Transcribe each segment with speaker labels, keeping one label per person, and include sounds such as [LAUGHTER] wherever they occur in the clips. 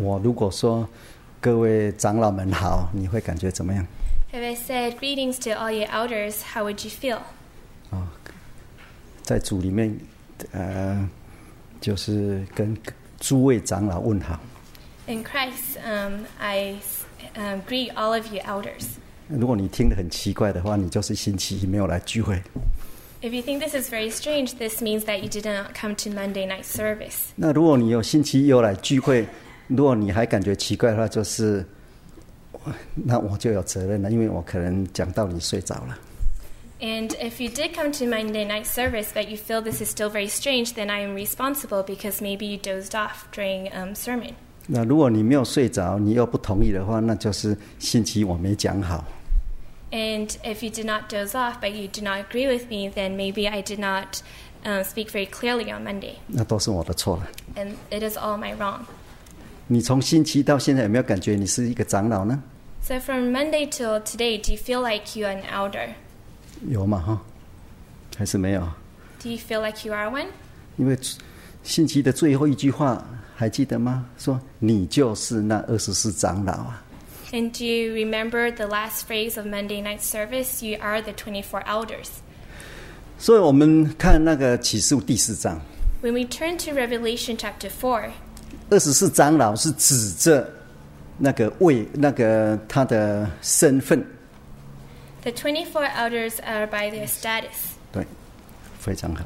Speaker 1: 我如果说各位长老们好，你会感觉怎么样？
Speaker 2: If I said greetings to all your elders, how would you feel?
Speaker 1: 哦在组里面，呃，就是跟诸位长老问好。
Speaker 2: In Christ, um, I um, greet all of you elders.
Speaker 1: 如果你听得很奇怪的话，你就是星期一没有来聚会。
Speaker 2: If you think this is very strange, this means that you did not come to Monday night service.
Speaker 1: 那如果你有星期一又来聚会，如果你还感觉奇怪的话，就是我那我就有责任了，因为我可能讲到你睡着了。
Speaker 2: And if you did come to Monday night service, but you feel this is still very strange, then I am responsible because maybe you dozed off during um, sermon.
Speaker 1: 那如果你没有睡着，你又不同意的话，那就是星期一我没讲好。
Speaker 2: And if you did not doze off, but you do not agree with me, then maybe I did not um, speak very clearly on Monday.
Speaker 1: 那都是我的错了。
Speaker 2: And it is all my wrong.
Speaker 1: 你从星期一到现在有没有感觉你是一个长老呢？
Speaker 2: So from Monday till today, do you feel like you are an elder?
Speaker 1: 有嘛哈？还是没有？
Speaker 2: Do you feel like you are one?
Speaker 1: 因为星期的最后一句话还记得吗？说你就是那二十四长老啊。
Speaker 2: And do you remember the last phrase of Monday night service? You are the 24 elders.
Speaker 1: 所以我们看那个启示录第四章，
Speaker 2: When we turn to Revelation chapter 4,
Speaker 1: 二十四长老是指着那个位那个他的身份，
Speaker 2: the 24 elders are by their status.
Speaker 1: 对，非常好。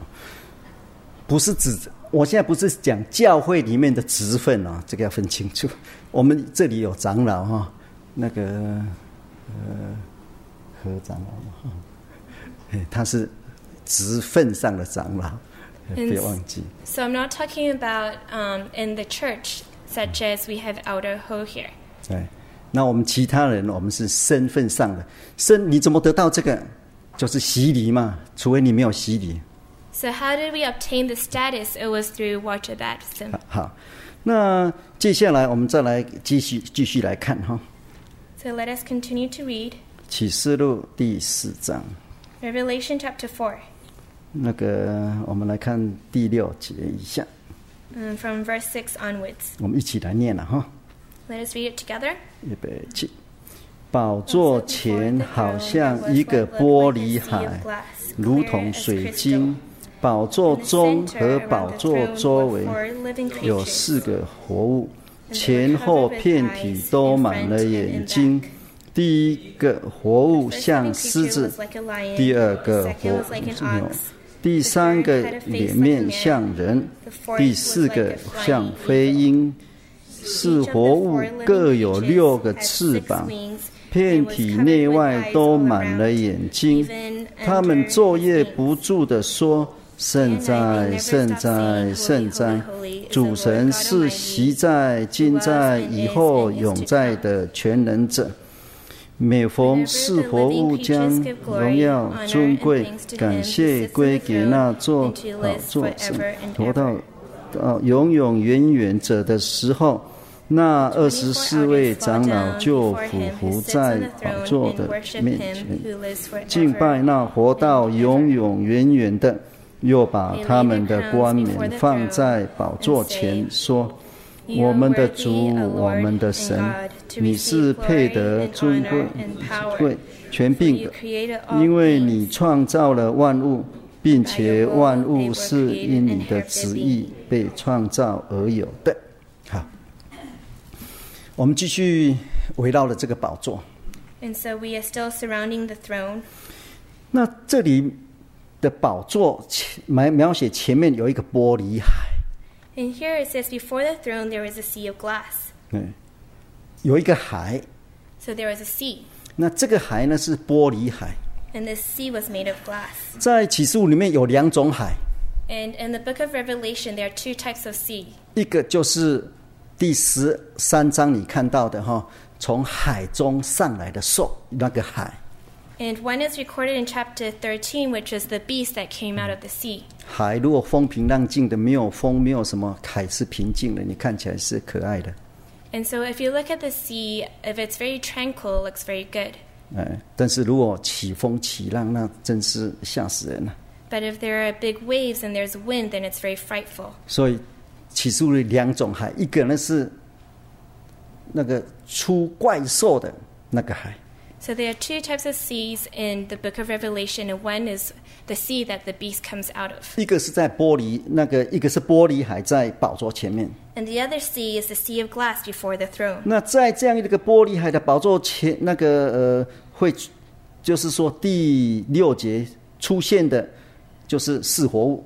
Speaker 1: 不是指我现在不是讲教会里面的职分啊，这个要分清楚。 [LAUGHS] 我们这里有长老哈、那个呃何长老嘛哈，哎他是职分上的长老，哎
Speaker 2: 嗯
Speaker 1: 别忘记。
Speaker 2: So I'm not talking about um, in the church, such as we have Elder Ho here.
Speaker 1: 对，哎那我们其他人，我们是身份上的身，你怎么得到这个？就是洗礼嘛，除非你没有洗礼。
Speaker 2: So how did we obtain the status? It was through water baptism.
Speaker 1: 好，那接下来我们再来继续继续来看哈，
Speaker 2: So let us continue to read
Speaker 1: 《启示录》第四章，
Speaker 2: Revelation chapter 4.
Speaker 1: 那个我们来看第六节以下，
Speaker 2: Um, from verse 6 onwards.
Speaker 1: 我们一起来念了哈。
Speaker 2: Let us read it together.
Speaker 1: 预备起，宝座前好像一个玻璃海，如同水晶。宝座中和宝座周围有四个活物，前后片体都满了眼睛。第一个活物像狮子，第二个活物像牛，第三个脸面像人，第四个像飞鹰。四活物各有六个翅膀，遍体内外都满了眼睛。他们昼夜不住地说：“圣哉，圣哉，圣哉！主神是习在、今在、以后永在的全能者。”每逢四活物将荣耀、尊贵、感谢归给那座宝座神，活到到永永远远者的时候，那二十四位长老就俯伏在宝座的面前，敬拜那活到永永远远的，又把他们的冠冕放在宝座前，说：“我们的主，我们的神，你是配得尊贵、贵权柄的，因为你创造了万物，并且万物是因你的旨意被创造而有的。”好，我们继续围绕了这个宝座。
Speaker 2: And so we are still surrounding the throne.
Speaker 1: 那这里的宝座前描描写前面有一个玻璃海，
Speaker 2: And here it says, Before the throne there was a sea of glass.
Speaker 1: 嗯，有一个海。
Speaker 2: So there was a sea,
Speaker 1: 那这个海呢是玻璃海，
Speaker 2: and this sea was made of glass.
Speaker 1: 在启示录里面有两种海，
Speaker 2: And in the book of Revelation, there are two types of sea.
Speaker 1: 一个就是第十三章你看到的哈，从海中上来的兽那个海，
Speaker 2: And one is recorded in chapter 13, which is the beast that came out of the sea.
Speaker 1: 海如果风平浪静的，没有风，没有什么，海是平静的，你看起来是可爱的，
Speaker 2: And so if you look at the sea, if it's very tranquil, it looks very good.
Speaker 1: 哎，但是如果起风起浪，那真是吓死人了。啊
Speaker 2: But if there are big waves and there's wind, then it's very frightful.
Speaker 1: 所以起诉了两种海，一个呢是那个出怪兽的那个海。
Speaker 2: So there are two types of seas in the book of Revelation, and one is the sea that the beast comes out of.
Speaker 1: 一个是在玻璃那个，一个是玻璃海在宝座前面。
Speaker 2: And the other sea is the sea of glass before the throne.
Speaker 1: 那在这样一个玻璃海的宝座前，那个呃，会就是说第六节出现的，就是四活物。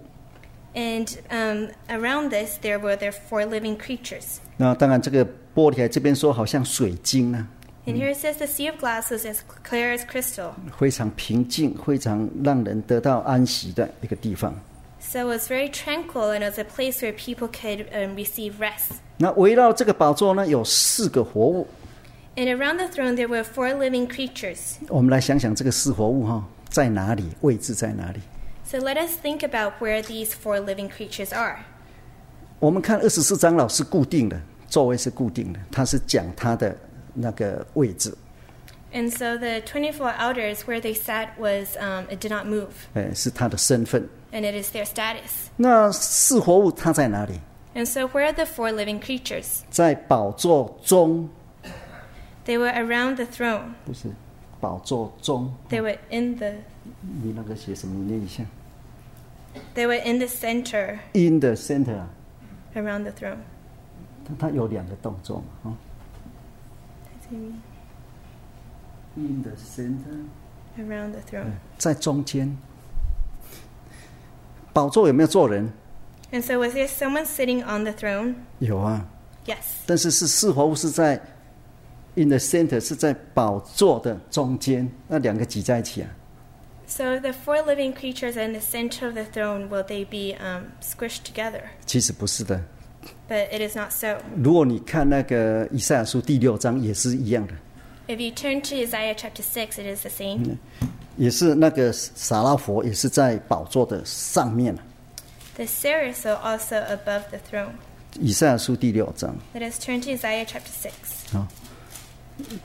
Speaker 2: And um, around this, there were there four living creatures.
Speaker 1: 那当然，这个玻璃海这边说好像水晶啊，
Speaker 2: And here it says the sea of glass was as clear as crystal.
Speaker 1: 非常平静，非常让人得到安息的一个地方。
Speaker 2: So it was very tranquil and it was a place where people could um, receive rest.
Speaker 1: 那围绕这个宝座呢，有四个活物。
Speaker 2: And around the throne there were four living creatures.
Speaker 1: 我们来想想这个四活物哈、在哪里，位置在哪里？
Speaker 2: So let us think about where these four living creatures are.
Speaker 1: 我们看二十四章老是固定的，座位是固定的，他是讲他的那个位置，
Speaker 2: And so the 24 elders, where they sat was, um, it did not move,
Speaker 1: 呃，是他的身份。
Speaker 2: and it is their status.
Speaker 1: 那四活物他在哪里？
Speaker 2: And so where are the four living creatures?
Speaker 1: 在宝座中，
Speaker 2: They were around the throne,
Speaker 1: 不是宝座中，
Speaker 2: they were in the,
Speaker 1: 你那个写什么？你念一下。
Speaker 2: they were in the center
Speaker 1: In the center，啊
Speaker 2: around the throne.
Speaker 1: 它它有两个动作嘛，哈、In the center，
Speaker 2: Around the throne.
Speaker 1: 哎在中间。宝座有没有坐人？
Speaker 2: And so was there someone sitting on the throne?
Speaker 1: 有啊，
Speaker 2: Yes.
Speaker 1: 但是是四活物是在 in the center，是在宝座的中间，那两个挤在一起啊。
Speaker 2: So the four living creatures in the center of the throne, will they be um, squished together?
Speaker 1: 其实不是的，
Speaker 2: But it is not so.
Speaker 1: 如果你看那个以赛亚书第六章也是一样的，
Speaker 2: If you turn to Isaiah chapter 6, it is the same.
Speaker 1: 也是那个撒拉佛也是在宝座的上面啊。
Speaker 2: The seraphs are also above the throne.
Speaker 1: 以赛亚书第六章
Speaker 2: Let us turn to Isaiah chapter 6.
Speaker 1: 啊，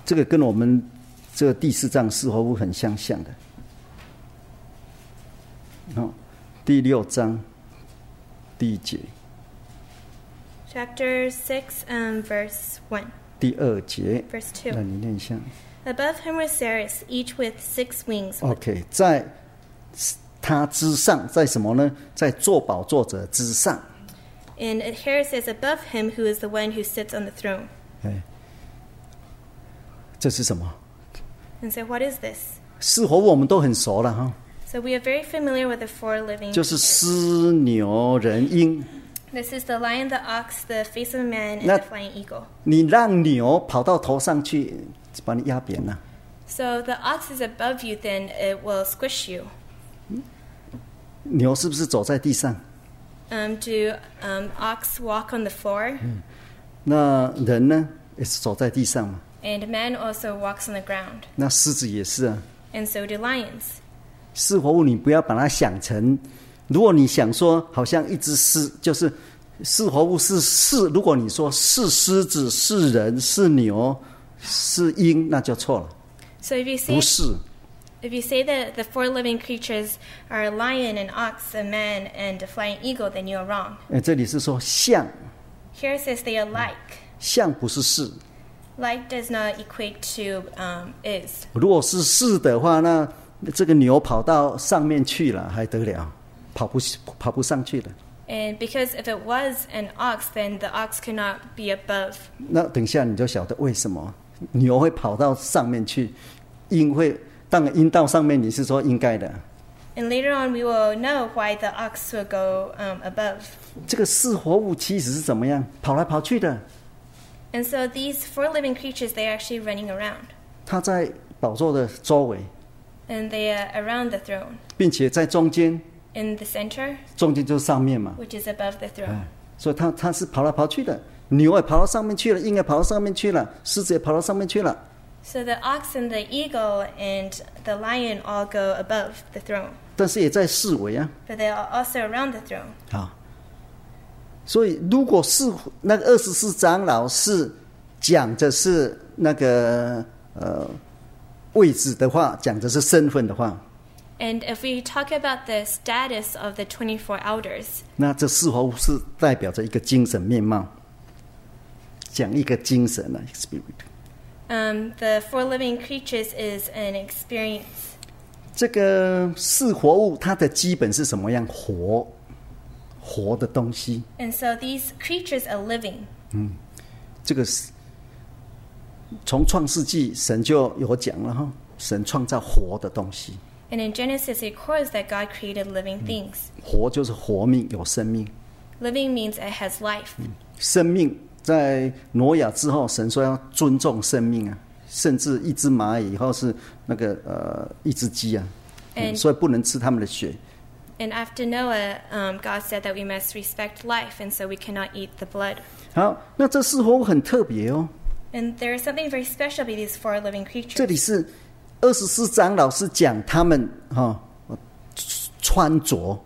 Speaker 1: 这个跟我们这个第四章四活物很相像的。好，第六章第一节。
Speaker 2: Chapter 6, um, verse 1.
Speaker 1: 第二节，
Speaker 2: Verse 2.
Speaker 1: 那你念一下。
Speaker 2: Above him were seraphs, each with six wings.
Speaker 1: OK，在他之上，在什么呢？在坐宝座者之上。
Speaker 2: And here it says, Above him who is the one who sits on the throne.
Speaker 1: 哎，这是什么？
Speaker 2: And so, what is this?
Speaker 1: 狮活我们都很熟了哈，
Speaker 2: So, we are very familiar with the four living.
Speaker 1: 就是狮、牛、人、鹰。
Speaker 2: This is the lion, the ox, the face of a man, and
Speaker 1: Not-
Speaker 2: the flying eagle.
Speaker 1: 你让牛跑到头上去，把你压扁了。
Speaker 2: So, the ox is above you, then it will squish you.
Speaker 1: 牛是不是走在地上？
Speaker 2: Um, do um, ox walk on the floor?
Speaker 1: 那人呢，也是走在地上嘛。
Speaker 2: And man also walks on the ground.
Speaker 1: 那狮子也是啊。
Speaker 2: And so do lions.
Speaker 1: 是活物，你不要把它想成，如果你想说好像一只狮，就是是活物是是，如果你说是狮子、是人、是牛、是鹰，那就错了，
Speaker 2: So if you
Speaker 1: 不
Speaker 2: say
Speaker 1: 是。
Speaker 2: if you say that the four living creatures are a lion, an ox, a man, and a flying eagle, then you are wrong.
Speaker 1: 哎，这里是说像，
Speaker 2: Here it says they are like.
Speaker 1: 像不是是。
Speaker 2: Like does not equate to um, is.
Speaker 1: 如果是是的话，那这个牛跑到上面去了，还得了？跑不跑不上去了。
Speaker 2: And because if it was an ox, then the ox could not be above.
Speaker 1: 那等一下你就晓得为什么牛会跑到上面去，鹰会，当然鹰到上面，你是说应该的。
Speaker 2: And later on, we will know why the ox will go um, above.
Speaker 1: 这个四活物其实是怎么样跑来跑去的？
Speaker 2: And so these four living creatures, they are actually running around.
Speaker 1: 它在宝座的周围，
Speaker 2: And they are around the throne.
Speaker 1: 并且在中间，
Speaker 2: In the center,
Speaker 1: 中间就是上面嘛，哎
Speaker 2: which is above the throne.
Speaker 1: 所以它它是跑来跑去的。牛也跑到上面去了，鹰也跑到上面去了，狮子也跑到上面去了。
Speaker 2: So the ox and the eagle and the lion all go above the throne,
Speaker 1: 但是也在四围啊，
Speaker 2: but they are also around the throne.
Speaker 1: 啊。所以如果是那个二十四长老是讲的是那个呃位置的话，讲的是身份的话，
Speaker 2: And if we talk about the status of the 24 elders,
Speaker 1: 那这四活物是代表着一个精神面貌，讲一个精神啊，spirit。
Speaker 2: Um, the four living creatures is an experience.
Speaker 1: 这个是活物，它的基本是什么样？活，活的东西。
Speaker 2: And so these creatures are living.
Speaker 1: 这个是从创世纪神就有讲了哈，神创造活的东西，
Speaker 2: And in Genesis, it records that God created living things.
Speaker 1: 活就是活命，有生命。
Speaker 2: Living means it has life.
Speaker 1: 生命在挪亚之后，神说要尊重生命啊，甚至一只蚂蚁以后是那个呃一只鸡啊、嗯
Speaker 2: And-
Speaker 1: 所以不能吃它们的血。
Speaker 2: And after Noah, um, God said that we must respect life, and so we cannot eat the blood.
Speaker 1: 好，那这似乎很特别哦。
Speaker 2: And there is something very special about these four living
Speaker 1: 这
Speaker 2: creatures.
Speaker 1: 里是二十四章，老师讲他们哈、穿着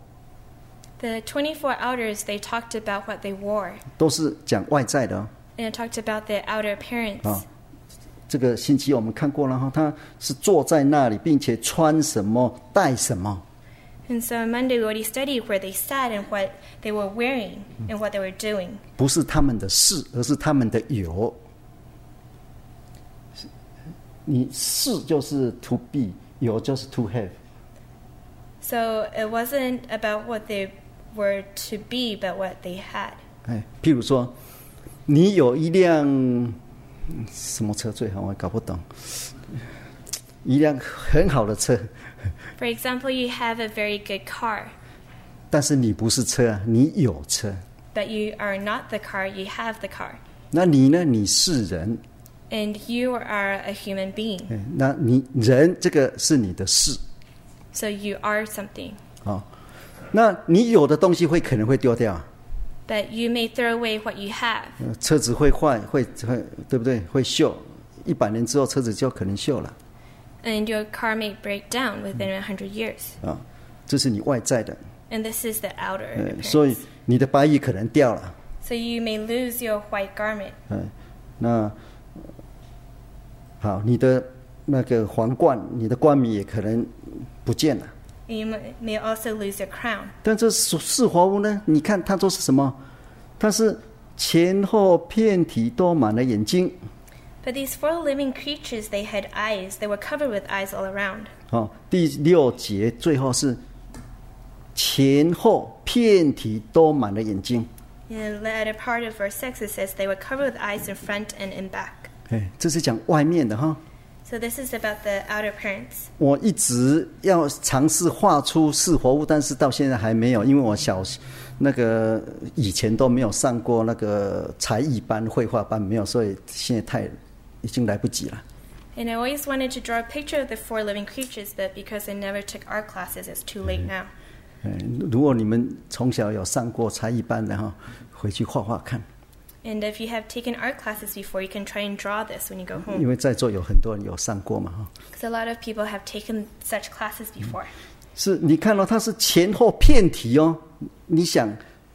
Speaker 2: The 24 outers, they talked about what they wore,
Speaker 1: 都是讲外在的哦。
Speaker 2: and it talked about their outer appearance.
Speaker 1: 啊，这个星期我们看过了哈，他是坐在那里，并且穿什么、带什么。
Speaker 2: And so on Monday, we already studied where they sat and what they were wearing and what they were doing.
Speaker 1: 不是他们的是，而是他们的有。你是就是 to be，有就是 to have。
Speaker 2: So it wasn't about what they were to be, but what they had.
Speaker 1: 哎，譬如说，你有一辆嗯什么车最好？我也搞不懂。一辆很好的车，
Speaker 2: For example, you have a very good car,
Speaker 1: 但是你不是车啊，你有车。
Speaker 2: but you are not the car, you have the car.
Speaker 1: 那你呢？你是人，
Speaker 2: And you are a human being,
Speaker 1: 哎，那你人这个是你的事。
Speaker 2: so you are something.
Speaker 1: 哦，那你有的东西会可能会丢掉，啊
Speaker 2: But you may throw away what you have.
Speaker 1: 呃车子会坏，会会对不对？会锈，一百年之后车子就可能锈了
Speaker 2: and your car may break down within a 100 years.
Speaker 1: 啊、这是你外在的，
Speaker 2: And this is the outer
Speaker 1: 呃，
Speaker 2: appearance.
Speaker 1: 所以你的白衣可能掉了，
Speaker 2: So you may lose your white garment
Speaker 1: 嗯、那呃好，你的那个皇冠、你的冠冕也可能不见了。
Speaker 2: and you m- may also lose your crown.
Speaker 1: 但这四四活物呢？你看它都是什么？它是前后遍体都满了眼睛，
Speaker 2: But these four living creatures, they had eyes. They were covered with eyes all around.
Speaker 1: 哦，第六节最后是前后遍体都满了眼睛，
Speaker 2: In the latter part of verse 6, it says they were covered with eyes in front and in back.
Speaker 1: 哎，这是讲外面的哈。
Speaker 2: So this is about the outer appearance.
Speaker 1: 我一直要尝试画出是活物，但是到现在还没有，因为我小那个以前都没有上过那个才艺班、绘画班，没有，所以现在太已经来不及了。
Speaker 2: And I always wanted to draw a picture of the four living creatures, but because I never took art classes, it's too late now.
Speaker 1: 哎，如果你们从小有上过才艺班的哈，回去画画看，
Speaker 2: And if you have taken art classes before, you can try and draw this when you go home.
Speaker 1: 因为在座有很多人有上过嘛哈。
Speaker 2: Because a lot of people have taken such classes before.
Speaker 1: 是，你看哦到、它是前后片体哦，你想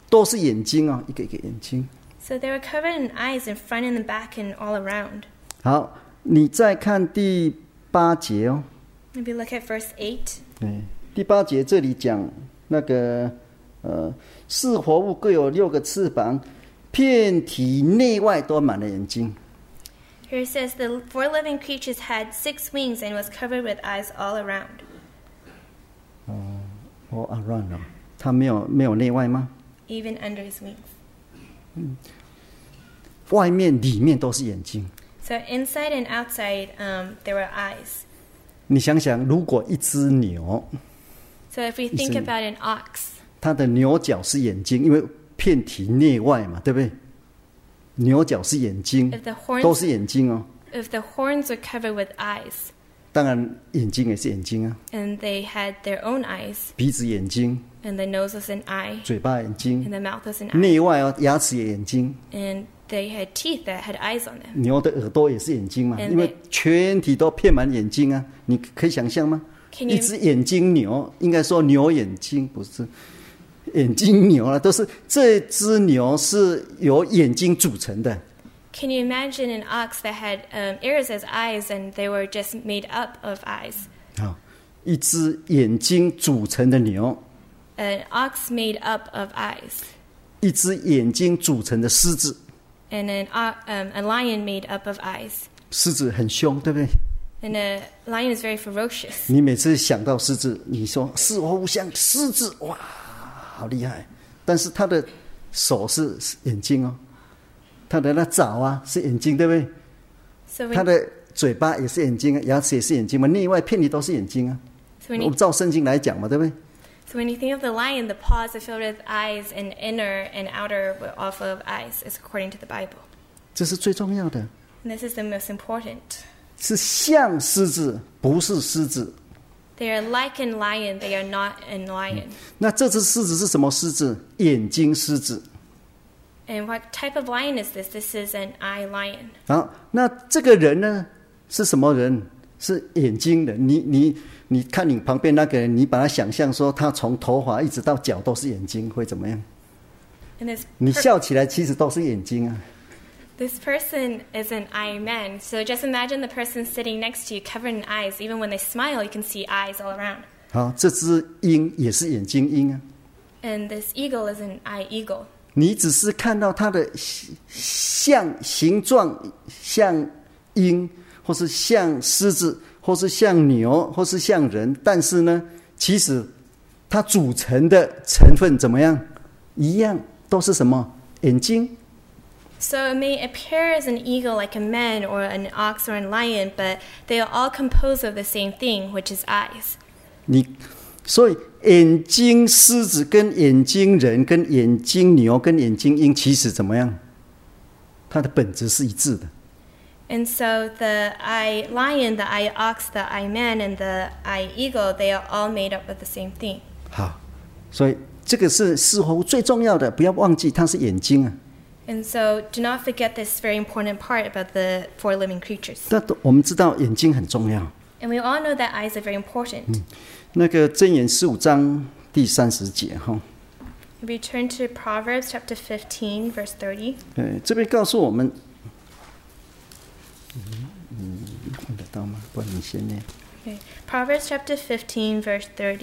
Speaker 1: 都是眼睛哦，一个一个眼睛。
Speaker 2: So they were covered in eyes in front and the back and all around.
Speaker 1: 好，你再看第八节哦，
Speaker 2: If you look at verse 8,
Speaker 1: 嗯，第八节这里讲那个呃，四活物各有六个翅膀，片体内外都满了眼睛。
Speaker 2: here it says the four living creatures had six wings and was covered with eyes all around.
Speaker 1: 哦啊乱了，它没有没有内外吗？
Speaker 2: Even under his wings.
Speaker 1: 外面里面都是眼睛。
Speaker 2: So inside and outside, um, there were eyes.
Speaker 1: 你想想，如果一只牛，
Speaker 2: So if we think
Speaker 1: Isn't-
Speaker 2: about an ox,
Speaker 1: 它的牛角是眼睛，因为片体内外嘛，对不对？牛角是眼睛
Speaker 2: if the
Speaker 1: 都
Speaker 2: horns,
Speaker 1: 是眼睛哦。
Speaker 2: if the horns were covered with eyes,
Speaker 1: 当然，眼睛也是眼睛啊，
Speaker 2: and they had their own eyes,
Speaker 1: 鼻子眼睛，啊
Speaker 2: and the nose was an eye,
Speaker 1: 嘴巴眼睛，
Speaker 2: and the mouth was an eye,
Speaker 1: 内外哦，牙齿也眼睛，
Speaker 2: and they had teeth that had eyes on them.
Speaker 1: 牛的耳朵也是眼睛嘛，
Speaker 2: And
Speaker 1: 因为全体都遍满眼睛啊，你可以想象吗？
Speaker 2: Can you-
Speaker 1: 一只眼睛牛，应该说牛眼睛不是眼睛牛啊，都是这只牛是由眼睛组成的。
Speaker 2: Can you imagine an ox that had um, ears as eyes and they were just made up of eyes?
Speaker 1: 好，一只眼睛组成的牛，
Speaker 2: An ox made up of eyes,
Speaker 1: 一只眼睛组成的狮子，
Speaker 2: and an, uh, um, a lion made up of eyes.
Speaker 1: 狮子很凶，对不对？
Speaker 2: And a lion is very ferocious.
Speaker 1: 你每次想到狮子，你说是我无相狮子，哇，好厉害！但是它的手是眼睛哦，它的那爪啊是眼睛，对不对？
Speaker 2: So
Speaker 1: 它
Speaker 2: when,
Speaker 1: 的嘴巴也是眼睛啊，牙齿也是眼睛嘛，内外片里都是眼睛啊。
Speaker 2: so,
Speaker 1: 我
Speaker 2: when you,
Speaker 1: 们照圣经来讲嘛，对不对？
Speaker 2: so when you think of the lion, the paws are filled with eyes, and inner and outer were all full of eyes, is according to the Bible.
Speaker 1: 这是最重要的，
Speaker 2: And this is the most important.
Speaker 1: 是像狮子，不是狮子。
Speaker 2: They are like an lion, they are not an lion.
Speaker 1: 那这只狮子是什么狮子？眼睛狮子。
Speaker 2: And what type of lion is this? This is an eye lion.
Speaker 1: 好，那这个人呢是什么人？是眼睛人。你你你看你旁边那个人，你把他想象说他从头发一直到脚都是眼睛，会怎么样？
Speaker 2: And this
Speaker 1: 你
Speaker 2: per-
Speaker 1: 笑起来其实都是眼睛啊。
Speaker 2: This person is an eye man, so just imagine the person sitting next to you covered in eyes. Even when they smile, you can see eyes all around.
Speaker 1: 好，这只鹰也是眼睛鹰啊。
Speaker 2: And this eagle is an eye eagle.
Speaker 1: 你只是看到它的形像形状像鹰，或是像狮子，或是像牛，或是像人，但是呢，其实它组成的成分怎么样？一样都是什么？眼睛。
Speaker 2: So it may appear as an eagle like a man or an ox or a lion, but they are all composed of the same thing, which is eyes.
Speaker 1: 你所以眼睛狮子跟眼睛人跟眼睛牛跟眼睛鹰，其实怎么样？它的本质是一致的。
Speaker 2: And so the eye lion, the eye ox, the eye man, and the eye eagle, they are all made up of the same thing.
Speaker 1: 好，所以这个是似乎最重要的，不要忘记它是眼睛啊。
Speaker 2: And so do not forget this very important part about the four living creatures.
Speaker 1: 那我们知道眼睛很重要。
Speaker 2: And we all know that eyes are very important.
Speaker 1: 那个箴言十五章第三十节哈，
Speaker 2: We turn to Proverbs chapter 15, verse 30.
Speaker 1: 呃，这边告诉我们，嗯，嗯看得到吗？不然你先念。
Speaker 2: Okay. Proverbs chapter 15, verse 30.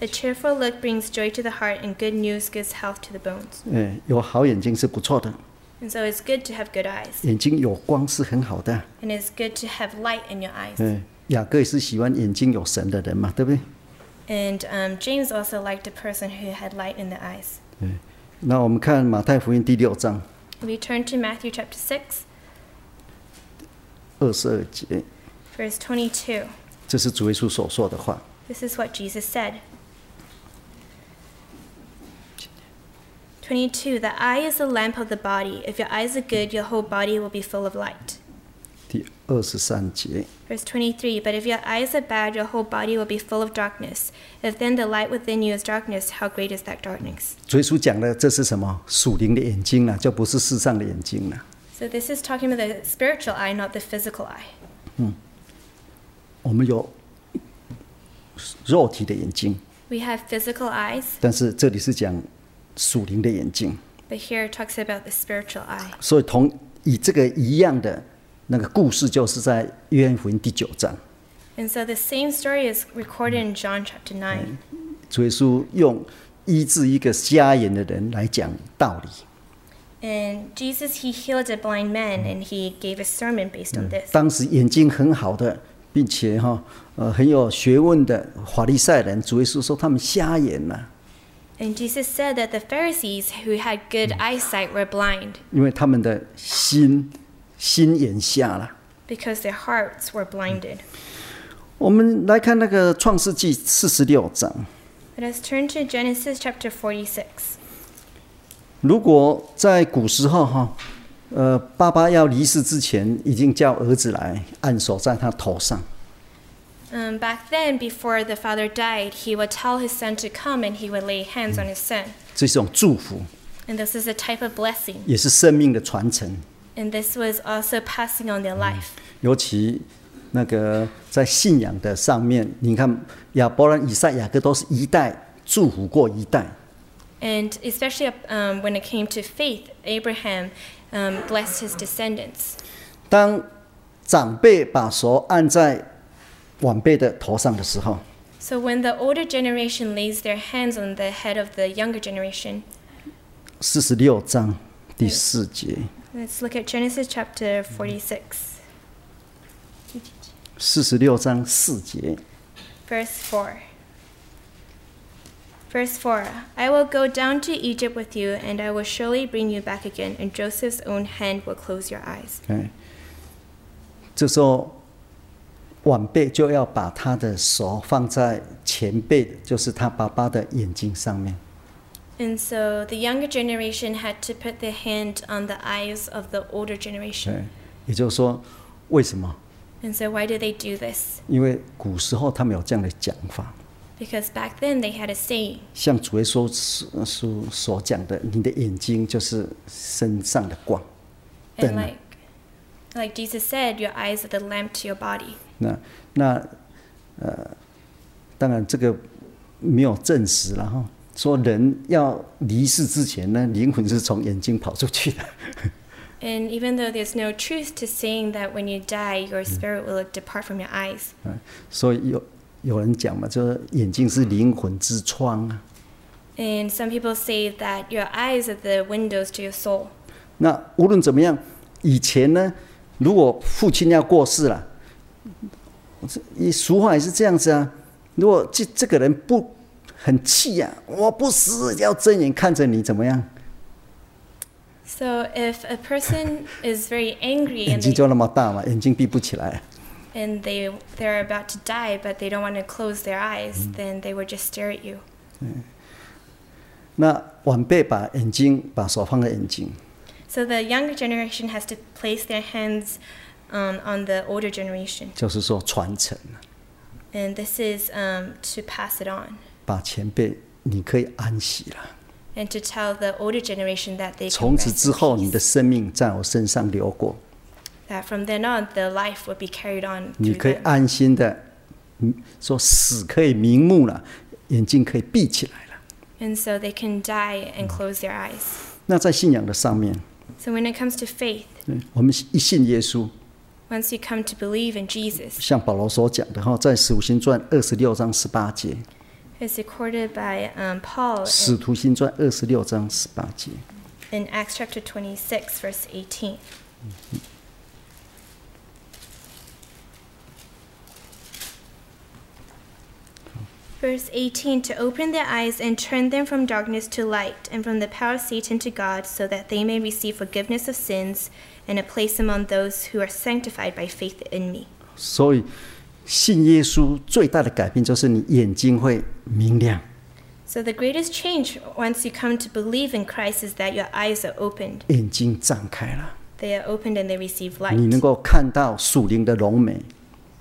Speaker 2: The cheerful look brings joy to the heart, and good news gives health to the bones.
Speaker 1: 呃，有好眼睛是不错的，
Speaker 2: And so it's good to have good eyes,
Speaker 1: 眼睛有光是很好的。
Speaker 2: and it's good to have light in your eyes.
Speaker 1: 呃，雅各也是喜欢眼睛有神的人嘛，对不对？
Speaker 2: And um, James also liked a person who had light in the eyes.
Speaker 1: 那我们看马太福音第六章
Speaker 2: We turn to Matthew chapter 6,
Speaker 1: 二十二节，
Speaker 2: verse 22.
Speaker 1: 这是主耶稣所说的话。
Speaker 2: This is what Jesus said. 22. The eye is the lamp of the body. If your eyes are good, your whole body will be full of light.
Speaker 1: 第二十三节，
Speaker 2: Verse 23. But if your eyes are bad, your whole body will be full of darkness. If then the light within you is darkness, how great is that darkness?
Speaker 1: 主耶稣讲的这是什么？属灵的眼睛啊，就不是世上的眼睛啊了、
Speaker 2: So this is talking about the spiritual eye, not the physical eye.
Speaker 1: 我们有肉体的眼睛，
Speaker 2: We have physical eyes,
Speaker 1: 但是这里是讲属灵的眼睛，
Speaker 2: but here it talks about the spiritual eye.
Speaker 1: 所以同以这个一样的那个故事，就是在约翰福音第九章，
Speaker 2: And so the same story is recorded in John chapter 9.
Speaker 1: 主耶稣用医治一个瞎眼的人来讲道理。
Speaker 2: And Jesus, he healed a blind man and he gave a sermon based on this.
Speaker 1: 当时眼睛很好的，并且哈、呃很有学问的法利赛人，主耶稣说他们瞎眼啊了、
Speaker 2: And Jesus said that the Pharisees who had good eyesight were blind
Speaker 1: 因为他们的心心眼瞎了。
Speaker 2: because their hearts were blinded.
Speaker 1: 我们来看那个创世纪四十六章。
Speaker 2: Let us turn to Genesis chapter 46.
Speaker 1: 如果在古时候哈，呃，爸爸要离世之前，已经叫儿子来按手在他头上。
Speaker 2: Um, back then, before the father died, he would tell his son to come and he would lay hands on his son.
Speaker 1: 这是一种祝福，
Speaker 2: And this is a type of blessing.
Speaker 1: 也是生命的传承。
Speaker 2: And this was also passing on their life.
Speaker 1: 尤其那个在信仰的上面，你看亚伯兰、以赛、雅各都是一代祝福过一代。
Speaker 2: And especially um, when it came to faith, Abraham um, blessed his descendants.
Speaker 1: 当长辈把手按在晚辈的头上的时候，
Speaker 2: So when the older generation lays their hands on the head of the younger generation,
Speaker 1: 四十六章第四节，
Speaker 2: Let's look at Genesis chapter 46,
Speaker 1: 四十六章四节，
Speaker 2: verse 4. Verse 4 I will go down to Egypt with you, and I will surely bring you back again, and Joseph's own hand will close your eyes.
Speaker 1: 哎，这时候晚辈就要把他的手放在前辈，就是他爸爸的眼睛上面。
Speaker 2: And so the younger generation had to put their hand on the eyes of the older generation.
Speaker 1: 哎，也就是说，为什么？
Speaker 2: And so why do they do this?
Speaker 1: 因为古时候他们有这样的讲法，
Speaker 2: Because back then they had a saying,
Speaker 1: 像主耶稣所所所讲的，你的眼睛就是身上的光。
Speaker 2: and
Speaker 1: Then-
Speaker 2: like like Jesus said, your eyes are the lamp to your body.
Speaker 1: 那那呃，当然这个没有证实了哈。说人要离世之前呢，灵魂是从眼睛跑出去的。
Speaker 2: And even though there's no truth to saying that when you die, your spirit will depart from your eyes.
Speaker 1: 嗯，所以有有人讲嘛，就是眼睛是灵魂之窗啊。
Speaker 2: And some people say that your eyes are the windows to your soul.
Speaker 1: 那无论怎么样，以前呢，如果父亲要过世了，这一俗话也是这样子啊。如果这这个人不很气呀、我不死要睁眼看着你怎么样，
Speaker 2: So if a
Speaker 1: [LAUGHS]
Speaker 2: person is very angry
Speaker 1: 眼
Speaker 2: and
Speaker 1: 睛
Speaker 2: they,
Speaker 1: 就那么大嘛，眼睛闭不起来、啊
Speaker 2: and they they're about to die but they don't want to close their eyes,
Speaker 1: Mm-hmm.
Speaker 2: then they would just stare at you.
Speaker 1: 那晚辈把眼睛把手放在眼睛，
Speaker 2: So the younger generation has to place their hands um, on the older generation,
Speaker 1: 就是说传承啊，
Speaker 2: and this is um, to pass it on
Speaker 1: 把前辈你可以安息了。
Speaker 2: and to tell the older generation that they
Speaker 1: 从
Speaker 2: can
Speaker 1: 此
Speaker 2: rest
Speaker 1: 之
Speaker 2: in
Speaker 1: 后，你
Speaker 2: peace.
Speaker 1: 的生命在我身上流过，
Speaker 2: that from then on their life would be carried on.
Speaker 1: 你
Speaker 2: Through
Speaker 1: 可以
Speaker 2: them.
Speaker 1: 安心的，嗯，说死可以瞑目了，眼睛可以闭起来了。
Speaker 2: And so they can die and
Speaker 1: Mm.
Speaker 2: close their eyes.
Speaker 1: 那在信仰的上面，
Speaker 2: So when it comes to faith,
Speaker 1: 嗯我们一信耶稣，
Speaker 2: once you come to believe in Jesus,
Speaker 1: 像保罗所讲的哈，在《使徒行传》二十六章十八节，
Speaker 2: it's recorded by um, Paul
Speaker 1: 《
Speaker 2: in,
Speaker 1: 使徒行传》二十六章十八节，
Speaker 2: in Acts chapter 26, verse 18. Verse 18 To open their eyes and turn them from darkness to light, and from the power of Satan to God, so that they may receive forgiveness of sins and a place among those who are sanctified by faith in me.
Speaker 1: 所以信耶稣最大的改变就是你眼睛会明亮，
Speaker 2: So, the greatest change once you come to believe in Christ is that your eyes are opened.
Speaker 1: 眼睛张开了，
Speaker 2: They are opened and they receive light.
Speaker 1: 你能够看到属灵的荣美，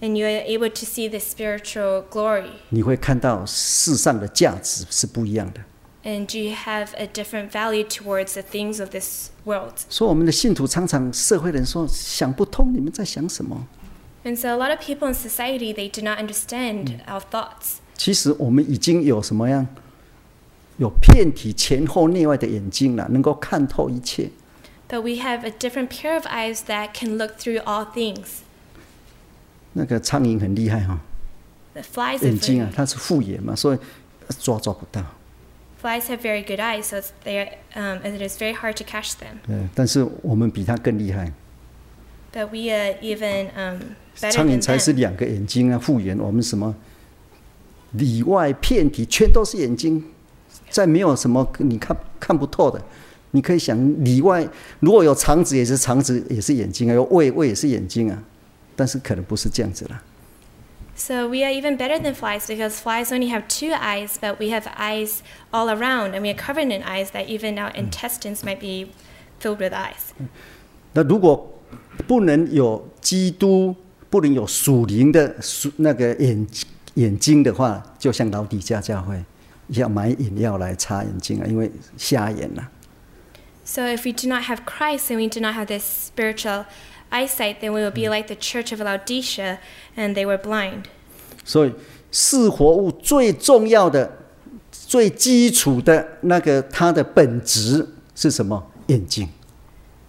Speaker 2: And you are able to see the spiritual glory.
Speaker 1: 你会看到世上的价值是不一样的。
Speaker 2: And you have a different value towards the things of this world.
Speaker 1: 所以我们的信徒常常社会人说想不通，你们在想什么？
Speaker 2: And so, a lot of people in society, they do not understand our thoughts.
Speaker 1: 其实我们已经有什么样，有遍体前后内外的眼睛了，能够看透一切。
Speaker 2: But we have a different pair of eyes that can look through all things.
Speaker 1: 那个苍蝇很厉害哈、
Speaker 2: The flies, are
Speaker 1: 眼睛啊
Speaker 2: very,，
Speaker 1: 它是复眼嘛，所以抓抓不到。
Speaker 2: flies have very good eyes, so it's, they are, um, and it is very hard to catch them.
Speaker 1: 对，但是我们比它更厉害。
Speaker 2: But we are even um,
Speaker 1: 苍
Speaker 2: better
Speaker 1: 蝇
Speaker 2: than
Speaker 1: 才是
Speaker 2: them.
Speaker 1: 两个眼睛啊，复眼。我们什么里外遍体全都是眼睛，再没有什么你看看不透的。你可以想里外，如果有肠子也是肠子也是眼睛啊，有胃胃也是眼睛啊，但是可能不是这样子啦。
Speaker 2: So we are even better than flies because flies only have two eyes, but we have eyes all around, and we are covered in eyes that even our intestines might be filled with eyes.
Speaker 1: 那如果不能有基督，不能有属灵的属那个眼眼睛的话，就像老底家教会要买饮料来擦眼睛啊，因为瞎眼啊了、
Speaker 2: So if we do not have Christ and we do not have this spiritual eyesight, then we will be like the church of Laodicea, and they were blind.
Speaker 1: 所以是活物最重要的、最基础的那个它的本质是什么？眼睛。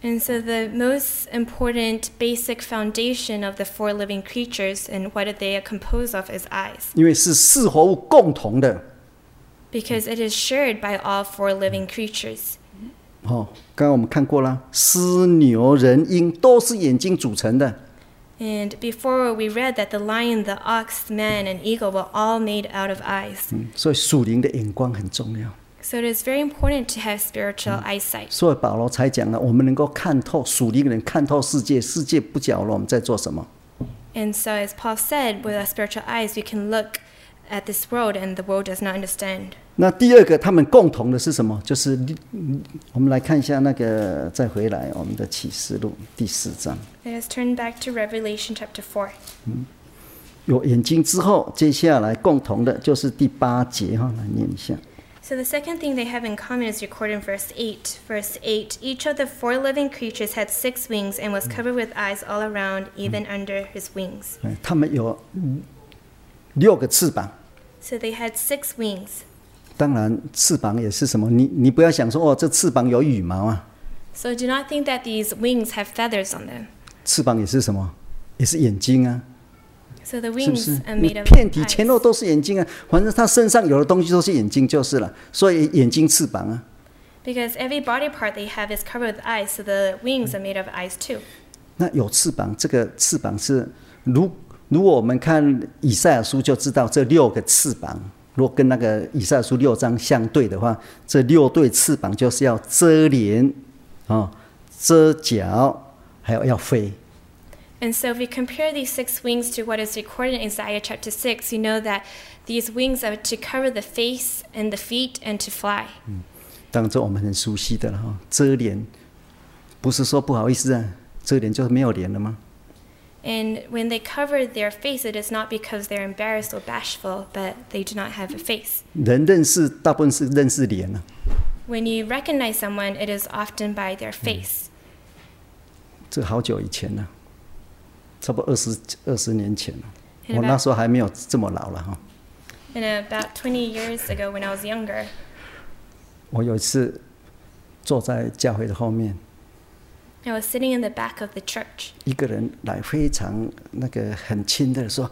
Speaker 2: And so, the most important basic foundation of the four living creatures and what they are composed of is eyes,
Speaker 1: 因为是四活物共同的，
Speaker 2: because it is shared by all four living creatures.
Speaker 1: 哦，刚刚我们看过啦，狮、牛、人、鹰都是眼睛组成的。
Speaker 2: And before we read that the lion, the ox, man, and eagle were all made out of eyes.
Speaker 1: 嗯，所以属灵的眼光很重要。
Speaker 2: So it is very important to have spiritual eyesight.
Speaker 1: 所以保罗才讲了，我们能够看透属灵的人看透世界，世界不搅了，我们在做什么？
Speaker 2: And so, as Paul said, with our spiritual eyes, we can look at this world and the world does not understand.
Speaker 1: 那第二个，他们共同的是什么？就是嗯我们来看一下那个，再回来我们的启示录第四章，
Speaker 2: Let us turn back to Revelation chapter 4.
Speaker 1: 有眼睛之后，接下来共同的就是第八节哈，来念一下。
Speaker 2: So the second thing they have in common is recorded in verse 8. Verse 8 Each of the four living creatures had six wings and was covered with eyes all around, even under his wings.
Speaker 1: 哎他们有嗯六个翅膀，
Speaker 2: So they had six wings.
Speaker 1: 当然翅膀也是什么？你你不要想说哦，这翅膀有羽毛啊，
Speaker 2: So do not think that these wings have feathers on them.
Speaker 1: 翅膀也是什么？也是眼睛啊，
Speaker 2: So the
Speaker 1: 是不
Speaker 2: wings
Speaker 1: 是
Speaker 2: are？
Speaker 1: 你
Speaker 2: made of
Speaker 1: 遍体前
Speaker 2: eyes.
Speaker 1: 后都是眼睛啊，反正他身上有的东西都是眼睛就是了，所以眼睛翅膀啊。
Speaker 2: Because every body part they have is covered with eyes, so the wings are made of eyes too.
Speaker 1: 那有翅膀，这个翅膀是如如果我们看以赛亚书就知道这六个翅膀，如果跟那个以赛亚书六章相对的话，这六对翅膀就是要遮脸啊、哦遮脚，还有要飞。
Speaker 2: And so, if we compare these six wings to what is recorded in Isaiah chapter 6, you know that these wings are to cover the face and the feet and to fly.
Speaker 1: 当然这我们很熟悉的了哈、哦遮脸不是说不好意思啊，遮脸就是没有脸了吗？
Speaker 2: And when they cover their face, it is not because they're embarrassed or bashful, but they do not have a face.
Speaker 1: 人认识大部分是认识脸啊，
Speaker 2: When you recognize someone, it is often by their face.
Speaker 1: 这好久以前了、差不多二十二十年前了，
Speaker 2: And
Speaker 1: 我那
Speaker 2: about,
Speaker 1: 时候还没有这么老了哦哈、
Speaker 2: and about 20 years ago, when I was younger,
Speaker 1: 我有一次坐在教会的后面，
Speaker 2: I was sitting in the back of the church.
Speaker 1: 一个人来非常那个很亲的说：“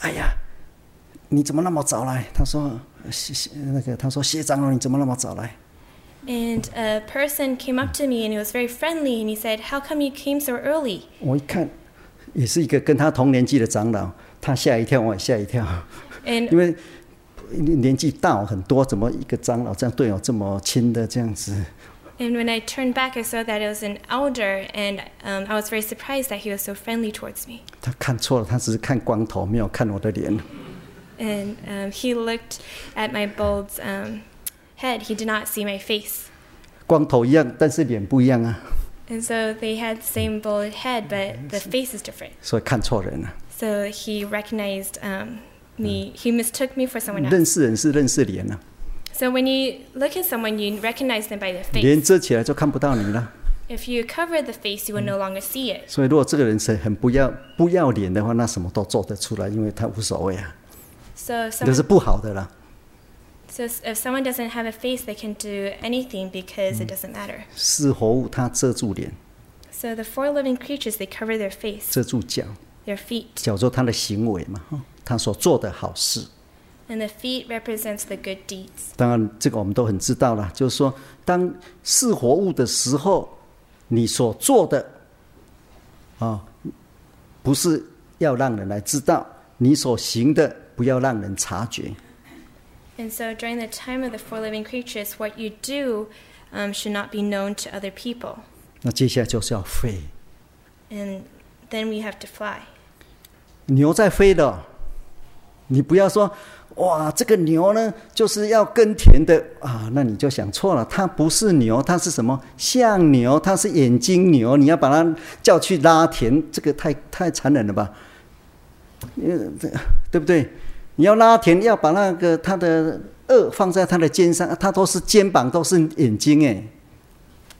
Speaker 1: 哎呀，你怎么那么早来？”他说：“谢谢那个他说谢长老，你怎么那么早来
Speaker 2: And a person came up to me and he was very friendly and he said, How come you came so early?？”
Speaker 1: 我一看，也是一个跟他同年纪的长老，他吓一跳，我也吓一跳，
Speaker 2: And
Speaker 1: 因为年纪大我很多，怎么一个长老这样对我这么亲的这样子？
Speaker 2: And when I turned back, I saw that it was an elder, and um, I was very surprised that he was so friendly towards me.
Speaker 1: 他看错了，他只是看光头，没有看我的脸。
Speaker 2: And um, he looked at my bald um, head. He did not see my face.
Speaker 1: 光头一样，但是脸不一样啊，
Speaker 2: And so they had the same bald head, but the face is different.
Speaker 1: 所以看错人啊了。
Speaker 2: So he recognized um, me. He mistook me for someone else.
Speaker 1: 认识人是认识脸啊。
Speaker 2: So when you look at someone, you recognize them by their
Speaker 1: 脸
Speaker 2: face.
Speaker 1: 遮起来就看不到你了。
Speaker 2: If you cover the face, you will no longer see it.
Speaker 1: 所以，如果这个人是很不要不要脸的话，那什么都做得出来，因为他无所谓啊，
Speaker 2: So if
Speaker 1: 这
Speaker 2: someone,
Speaker 1: 是不好的啦。
Speaker 2: so if someone doesn't have a face, they can do anything because it doesn't matter.
Speaker 1: 是活物，他遮住脸，
Speaker 2: So the four living creatures, they cover their face,
Speaker 1: 遮住脚，
Speaker 2: their feet,
Speaker 1: 叫做他的行为嘛，哈他所做的好事。
Speaker 2: and the feet represents the good deeds.
Speaker 1: 当然，这个我们都很知道了，就是说，当是活物的时候，你所做的，啊、不是要让人来知道，你所行的不要让人察觉。
Speaker 2: And so during the time of the four living creatures, what you do um, should not be known to other people.
Speaker 1: 那接下来就是要飞，
Speaker 2: And then we have to fly.
Speaker 1: 牛在飞的，你不要说哇，这个牛呢就是要耕田的啊，那你就想错了，它不是牛，它是什么？像牛，它是眼睛牛，你要把它叫去拉田，这个太太残忍了吧？呃，对不对？你要拉田，要把那个它的轭放在它的肩上，它都是肩膀，都是眼睛，哎，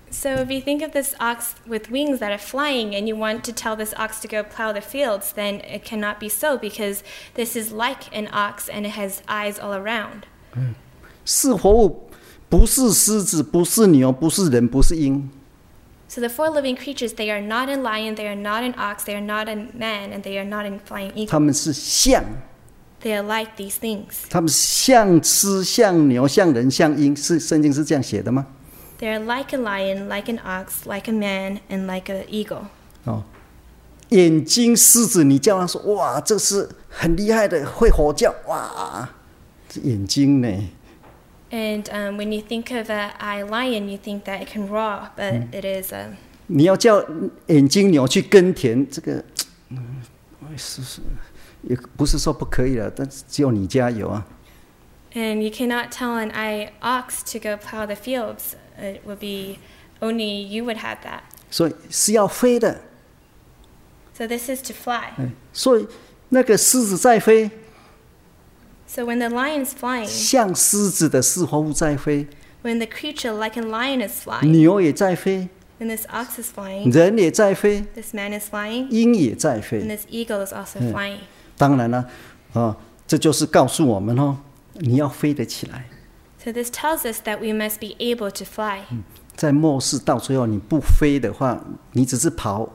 Speaker 2: So if you think of this ox with wings that are flying and you want to tell this ox to go plow the fields, then it cannot be so because this is like an ox and it has eyes all around.
Speaker 1: 是活物，不是狮子，不是牛，不是人，不是鹰。
Speaker 2: So the four living creatures, they are not a lion, they are not an ox, they are not a man, and they are not a flying eagle.
Speaker 1: 他们是像，
Speaker 2: They are like these things.
Speaker 1: 他们是像狮、像牛、像人、像鹰，是圣经是这样写的吗？
Speaker 2: They are like a lion, like an ox, like a man, and like an eagle.
Speaker 1: 哦，眼睛狮子，你叫他说哇，这是很厉害的，会吼叫哇，这眼睛呢？
Speaker 2: And um, when you think of a eye lion, you think that it can roar, but it is um,
Speaker 1: 你要叫眼睛牛去耕田，这个，嗯，是是，也不是说不可以了，但是只有你家有啊。
Speaker 2: And you cannot tell an eye ox to go plow the fields. It would be only you would have that.
Speaker 1: 所以是要飞的。哎
Speaker 2: So this is to
Speaker 1: Hmm.
Speaker 2: fly.
Speaker 1: 所以那个狮子在飞，
Speaker 2: So when the lion's flying,
Speaker 1: 像狮子的四活物在飞，
Speaker 2: when the creature like a lion is flying,
Speaker 1: 牛也在飞，
Speaker 2: when this ox is flying,
Speaker 1: 人也在飞，
Speaker 2: this man is flying,
Speaker 1: 鹰也在
Speaker 2: and
Speaker 1: 飞。
Speaker 2: this eagle is also flying.
Speaker 1: 当然了，啊、这就是告诉我们哦，你要飞得起来。
Speaker 2: So this tells us that we must be able to fly.
Speaker 1: 在末世到最后，你不飞的话，你只是跑，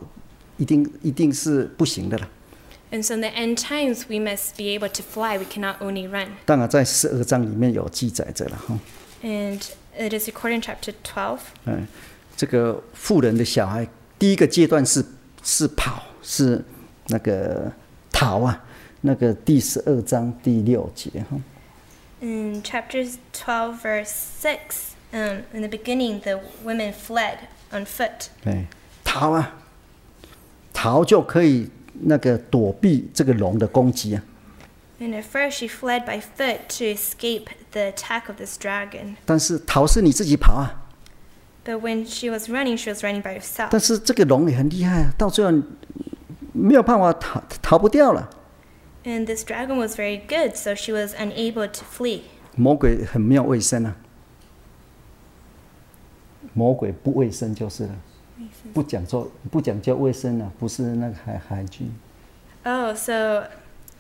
Speaker 1: 一定一定是不行的了。
Speaker 2: And so in the end times, we must be able to fly. We cannot only run.
Speaker 1: 当然，在十二章里面有记载着了哈，
Speaker 2: And it is recorded in chapter 12.
Speaker 1: 嗯，这个富人的小孩第一个阶段是是跑，是那个逃啊，那个第十二章第六节哈。
Speaker 2: In chapter 12, verse 6, um, in the beginning, the women fled on foot.
Speaker 1: 对，逃啊，逃就可以那个躲避这个龙的攻击啊。
Speaker 2: And at first, she fled by foot to escape the attack of this dragon.
Speaker 1: 但是逃是你自己跑啊，
Speaker 2: But when she was running, she was running by herself.
Speaker 1: 但是这个龙也很厉害啊，到最后你没有办法逃逃不掉了。
Speaker 2: And this dragon was very good, so she was unable to flee.
Speaker 1: 魔鬼很没有卫生啊，魔鬼不卫生就是了，不讲究不讲究卫生啊，不是那个海海军。
Speaker 2: Oh, so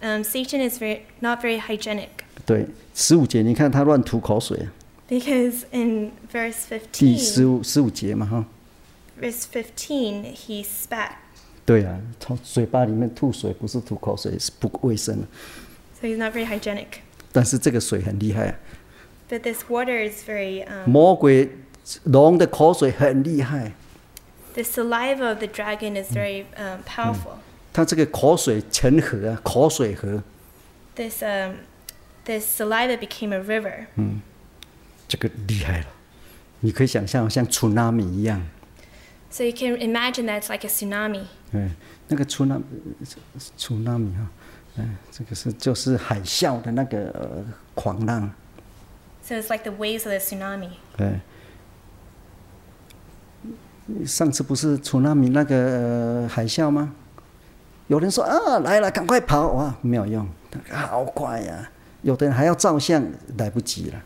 Speaker 2: um, Satan is very, not very hygienic. [LAUGHS]
Speaker 1: 对，十五节你看他乱吐口水啊，
Speaker 2: Because in verse
Speaker 1: 第十
Speaker 2: 15,
Speaker 1: 五十五节嘛哈，
Speaker 2: verse 15, he spat.
Speaker 1: 对啊，从嘴巴里面吐水不是吐口水，是不卫生啊。
Speaker 2: So he's not very hygienic.
Speaker 1: 但是这个水很厉害啊，
Speaker 2: But this water is very, um,
Speaker 1: 魔鬼龙的口水很厉害，
Speaker 2: the saliva of the dragon is very um, powerful.
Speaker 1: 它这个口水成河啊，口水河，
Speaker 2: This, um, this saliva became a river.
Speaker 1: 嗯这个厉害了，你可以想象像楚纳米一样。
Speaker 2: So you can imagine that it's like a tsunami.
Speaker 1: 哎，那个出纳出纳米哈，哎，这个是就是海啸的那个、呃狂浪，
Speaker 2: So it's like the waves of the tsunami.
Speaker 1: 哎。上次不是出纳米那个、呃海啸吗？有人说啊，来了，赶快跑哇，没有用，好快呀、有的人还要照相，来不及了。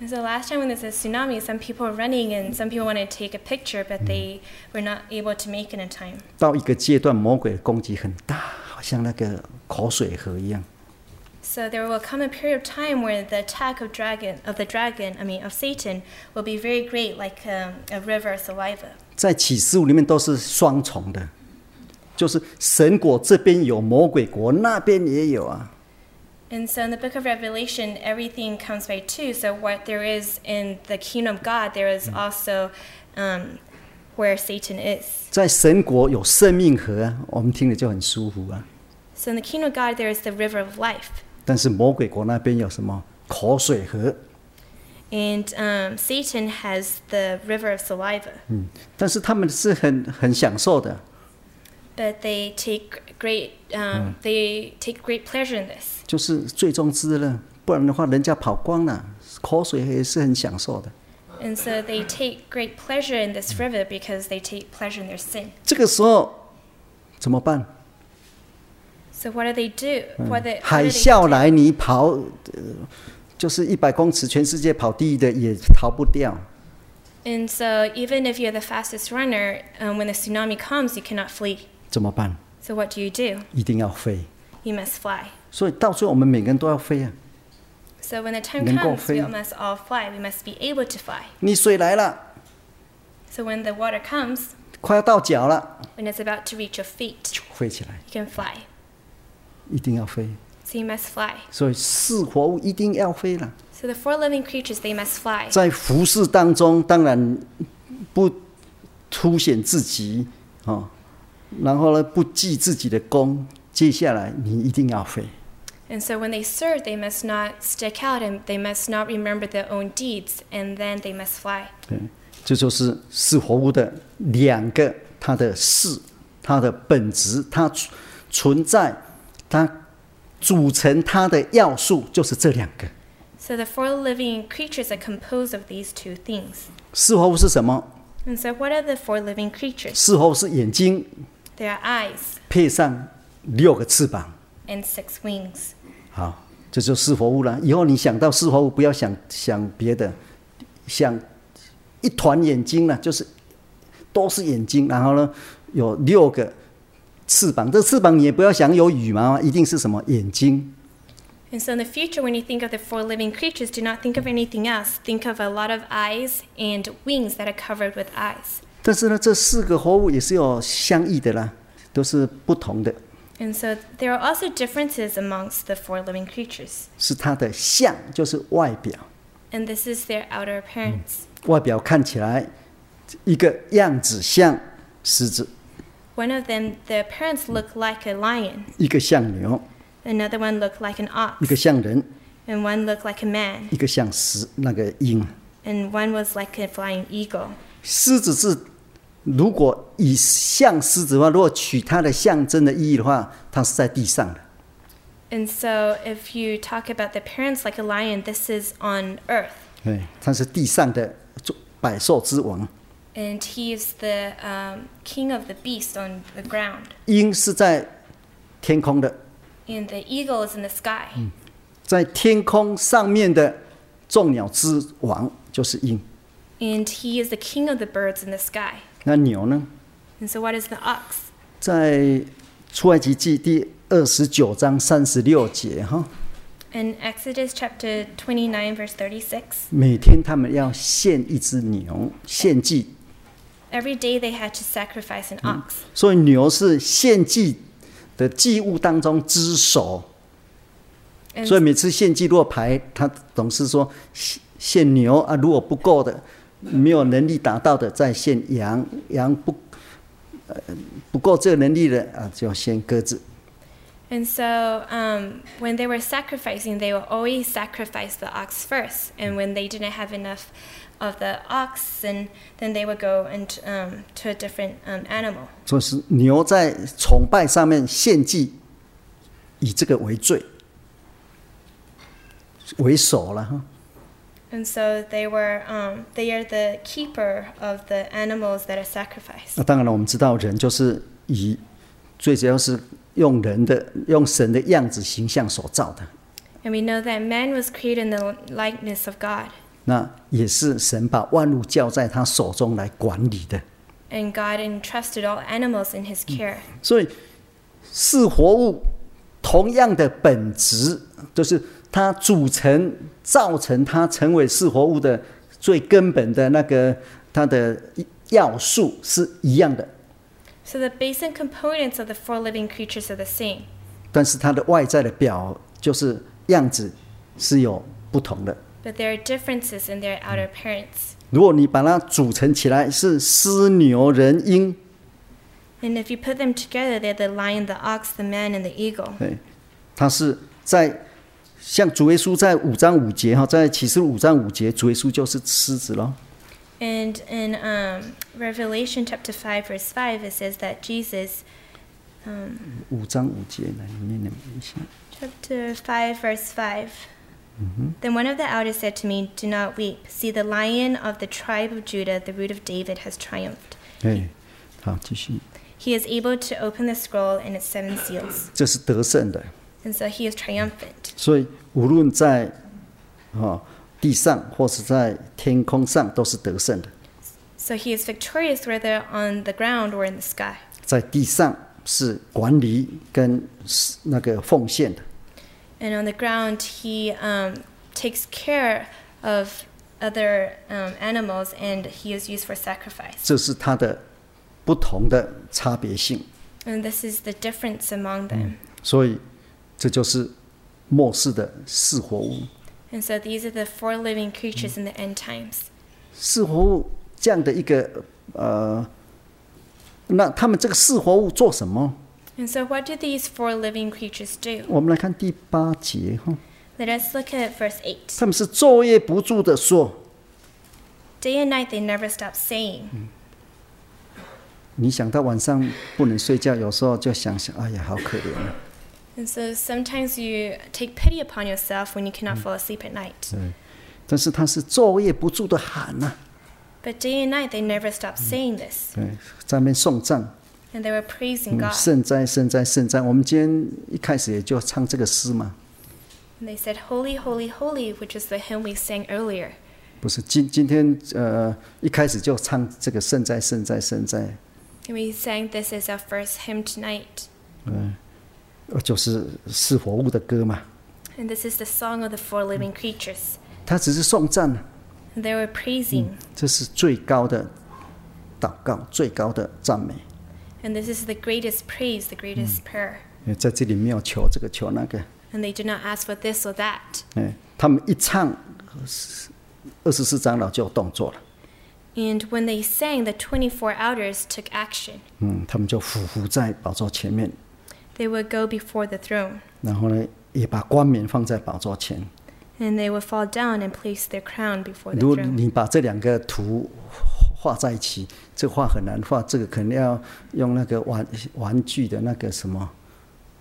Speaker 2: And so last time when there's a tsunami, some people were running and some people wanted to take a picture, but they were not able to make it in time.
Speaker 1: 到一个阶段，魔鬼的攻击很大，好像那个口水河一样。
Speaker 2: So there will come a period of time where the attack of dragon of the dragon, I mean of Satan, will be very great, like um, a river of saliva.
Speaker 1: 在启示录里面都是双重的，就是神国这边有魔鬼国，那边也有啊。
Speaker 2: And so in the book of Revelation, everything comes by two. So what there is in the kingdom of God, there is also um, where Satan is.
Speaker 1: 在神国有生命河啊，我们听了就很舒服啊。
Speaker 2: So in the kingdom of God, there is the river of life,
Speaker 1: 但是魔鬼国那边有什么口水河？
Speaker 2: and um, Satan has the river of saliva.
Speaker 1: 嗯，但是他们是很很享受的，
Speaker 2: But they take great um, they take great pleasure in this.
Speaker 1: 就是最终之乐。不然的话，人家跑光了，口水河也是很享受的。
Speaker 2: And so they take great pleasure in this river because they take pleasure in their sin.
Speaker 1: 这个时候怎么办？
Speaker 2: So what do they do?
Speaker 1: Hmm.
Speaker 2: What they, what
Speaker 1: 海
Speaker 2: do
Speaker 1: 啸
Speaker 2: they
Speaker 1: 来，你跑，呃，就是一百公尺，全世界跑第一的也逃不掉。
Speaker 2: and so even if you're the fastest runner, um, when the tsunami comes, you cannot flee.
Speaker 1: 怎么办？
Speaker 2: So what do you do?
Speaker 1: 一定要飞。
Speaker 2: You must fly.
Speaker 1: 所以到最后，我们每个人都要飞啊！
Speaker 2: So when the time
Speaker 1: Then go
Speaker 2: comes, we
Speaker 1: flee.
Speaker 2: must all fly. We must be able to fly.
Speaker 1: 你水来了，
Speaker 2: So when the water comes,
Speaker 1: 快要到脚了，
Speaker 2: when it's about to reach your feet,
Speaker 1: 飞起来，
Speaker 2: you can fly.
Speaker 1: 一定要飞。
Speaker 2: So you must fly.
Speaker 1: 所以四活物一定要飞了。
Speaker 2: So the four living creatures, they must fly.
Speaker 1: 在服饰当中，当然不凸显自己哦，然后呢，不记自己的功。接下来你一定要飞，
Speaker 2: And so when they serve, they must not stick out and they must not remember their own deeds, and then they must fly.
Speaker 1: 对，嗯这就是四活物的两个它的事，它的本质，它存存在，它组成它的要素就是这两个。
Speaker 2: So the four living creatures are composed of these two things.
Speaker 1: 四活物是什么？
Speaker 2: And so what are the four living creatures?
Speaker 1: 四活物是眼睛
Speaker 2: There are eyes
Speaker 1: 配上六个翅膀，
Speaker 2: and six wings.
Speaker 1: 好，这就是四活物了。以后你想到四活物，不要想想别的，想一团眼睛呢，就是都是眼睛，然后呢有六个翅膀。这翅膀你也不要想有羽毛，一定是什么眼睛。
Speaker 2: And so in the future, when you think of the four living creatures, do not think of anything else. Think of a lot of eyes and wings that are covered with eyes.
Speaker 1: 但是呢，这四个活物也是有相异的啦，都是不同的，
Speaker 2: And so there are also differences amongst the four living creatures.
Speaker 1: 是它的相，就是外表，
Speaker 2: And this is their outer appearance.
Speaker 1: 外表看起来一个样子像狮子，
Speaker 2: One of them, the appearance looked like a lion.
Speaker 1: 一个像牛，
Speaker 2: Another one looked like an
Speaker 1: 一个
Speaker 2: ox.
Speaker 1: 像人，
Speaker 2: And one looked like a man.
Speaker 1: 一个像狮那个鹰。
Speaker 2: And one was like a flying eagle.
Speaker 1: 狮子是，如果以像狮子的话，如果取它的象征的意义的话，它是在地上的。
Speaker 2: And so if you talk about the appearance like a lion, this is on earth.
Speaker 1: 对，它是地上的百兽之王。
Speaker 2: And he is the um, king of the beast on the ground.
Speaker 1: 鹰是在天空的，
Speaker 2: And the eagle is in the sky.
Speaker 1: 在天空上面的众鸟之王就是鹰。
Speaker 2: And he is the king of the birds in the sky.
Speaker 1: 那牛呢，
Speaker 2: And so what is the ox?
Speaker 1: 在出埃及记第二十九章三十六节哈，
Speaker 2: In Exodus chapter 29, verse 36,
Speaker 1: 每天他们要献一只牛献祭
Speaker 2: every day they had to sacrifice an ox.
Speaker 1: 所以牛是献祭的祭物当中之首，
Speaker 2: And
Speaker 1: 所以每次献祭落牌，他总是说献献牛啊，如果不够的，没有能力达到的，再献羊，羊不呃不够这个能力的啊，就献鸽子。
Speaker 2: And so um, when they were sacrificing, they would always sacrifice the ox first. And when they didn't have enough of the ox, and then they would go and um, to a different um, animal.
Speaker 1: 所以是牛在崇拜上面献祭，以这个为罪为首了哈。
Speaker 2: And so they were um, they are the keeper of the animals that are sacrificed.
Speaker 1: 那当然了，我们知道人就是以最主要是用人的、用神的样子形象所造的，
Speaker 2: And we know that man was created in the likeness of God,
Speaker 1: 那也是神把万物交在他手中来管理的。
Speaker 2: and God entrusted all animals in His care.
Speaker 1: 所以，是活物同样的本质，就是它组成、造成它成为是活物的最根本的那个它的要素是一样的，
Speaker 2: So the basic components of the four living creatures are the same.
Speaker 1: 但是它的外在的表就是样子是有不同的。
Speaker 2: But there are differences in their outer appearance.
Speaker 1: 如果你把它组成起来是狮、牛、人、鹰，
Speaker 2: And if you put them together, they're the lion, the ox, the man, and the eagle.
Speaker 1: 对，它是在像主耶稣在五章五节哈，在启示录五章五节，主耶稣就是狮子咯。
Speaker 2: And in um, Revelation chapter 5, verse 5, it says that Jesus,
Speaker 1: 五章五节来念你们一下，
Speaker 2: chapter 5, verse 5, then one of the elders said to me, Do not weep. See, the lion of the tribe of Judah, the root of David, has triumphed.
Speaker 1: 对，好，继续，
Speaker 2: He is able to open the scroll and its seven seals.
Speaker 1: 这是得胜的，
Speaker 2: And so he is triumphant.
Speaker 1: 所以无论在啊、哦地上或是在天空上都是得胜的，
Speaker 2: So he is victorious whether on the ground or in the sky.
Speaker 1: 在地上是管理跟那个奉献的，
Speaker 2: And on the ground, he um, takes care of other um, animals and he is used for sacrifice.
Speaker 1: 这是它的不同的差别性。
Speaker 2: And this is the difference among them.
Speaker 1: 所以这就是末世的四活物。
Speaker 2: And so these are the four living creatures in the end times.
Speaker 1: 四活物这样的一个呃，那他们这个四活物做什么？
Speaker 2: And so what do these four living creatures do?
Speaker 1: 我们来看第八节哈，
Speaker 2: Let us look at verse 8.
Speaker 1: 他们是昼夜不住的说。
Speaker 2: Day and night they never stop saying.
Speaker 1: 你想到晚上不能睡觉，有时候就想想，哎呀，好可怜啊！
Speaker 2: And so sometimes you take pity upon yourself when you cannot fall asleep at night.
Speaker 1: 对，但是他是昼夜不住的喊啊呐、
Speaker 2: But day and night they never stop saying this.
Speaker 1: 对，在那边送葬，
Speaker 2: And they were praising
Speaker 1: 嗯
Speaker 2: God.
Speaker 1: 圣哉，圣哉，圣哉！我们今天一开始也就唱这个诗嘛，
Speaker 2: And they said, Holy, holy, holy, which is the hymn we sang earlier.
Speaker 1: 不是今今天呃一开始就唱这个圣哉，圣哉，圣哉，
Speaker 2: And we sang this as our first hymn tonight.
Speaker 1: 呃，就是是活物的歌嘛。
Speaker 2: And this is the song of the four living creatures.
Speaker 1: 他只是送赞，啊
Speaker 2: And they were praising.
Speaker 1: 这是最高的祷告，最高的赞美。
Speaker 2: And this is the greatest praise, the greatest prayer.
Speaker 1: 呃在这里没有求这个求那个，
Speaker 2: And they did not ask for this or that.
Speaker 1: 哎，他们一唱，二十四长老就有动作了，
Speaker 2: And when they sang, the 24 elders took action.
Speaker 1: 嗯，他们就匍匐在宝座前面，
Speaker 2: They would go before the throne,
Speaker 1: 然后呢，也把冠冕放在宝座前。
Speaker 2: and they would fall down and place their crown before the
Speaker 1: 如果
Speaker 2: throne.
Speaker 1: 你把这两个图画在一起，这画很难画，这个可能要用那个玩玩具的那个什么，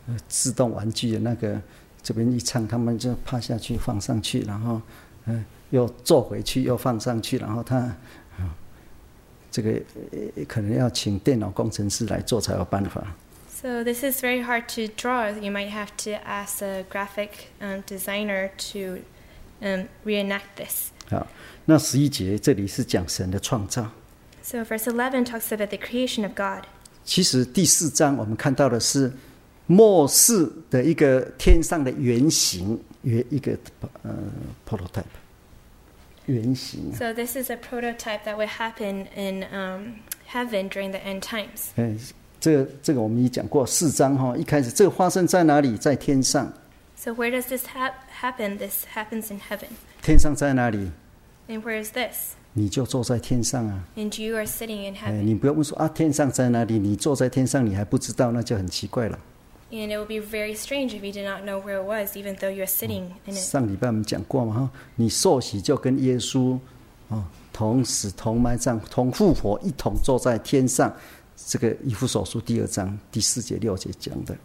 Speaker 1: 呃，自动玩具的那个，这边一唱，他们就趴下去放上去，然后，嗯、又坐回去，又放上去，然后他，嗯这个呃可能要请电脑工程师来做才有办法。
Speaker 2: So this is very hard to draw. You might have to ask a graphic um, designer to um, reenact this.
Speaker 1: 好，那十一节这里是讲神的创造。
Speaker 2: So verse 11 talks about the creation of God.
Speaker 1: 其实第四章我们看到的是末世的一个天上的原型，原一个呃 prototype 原型啊，
Speaker 2: So this is a prototype that would happen in um, heaven during the end times.
Speaker 1: 哎，这个这个我们也讲过四章哈、一开始这个发生在哪里？在天上，
Speaker 2: So where does this hap- happen? This happens in heaven.
Speaker 1: 天上在哪里？
Speaker 2: And where is this?
Speaker 1: 你就坐在天上啊，
Speaker 2: And you are sitting in
Speaker 1: 哎，
Speaker 2: heaven.
Speaker 1: 你不要问说啊，天上在哪里？你坐在天上，你还不知道，那就很奇怪了。
Speaker 2: And it would be very strange if you did not know where it was, even though you're sitting in it.
Speaker 1: 上礼拜我们讲过嘛哈，你受洗就跟耶稣哦同死同埋葬同复活，一同坐在天上。这个《以父所书》第二章第四节六节讲的，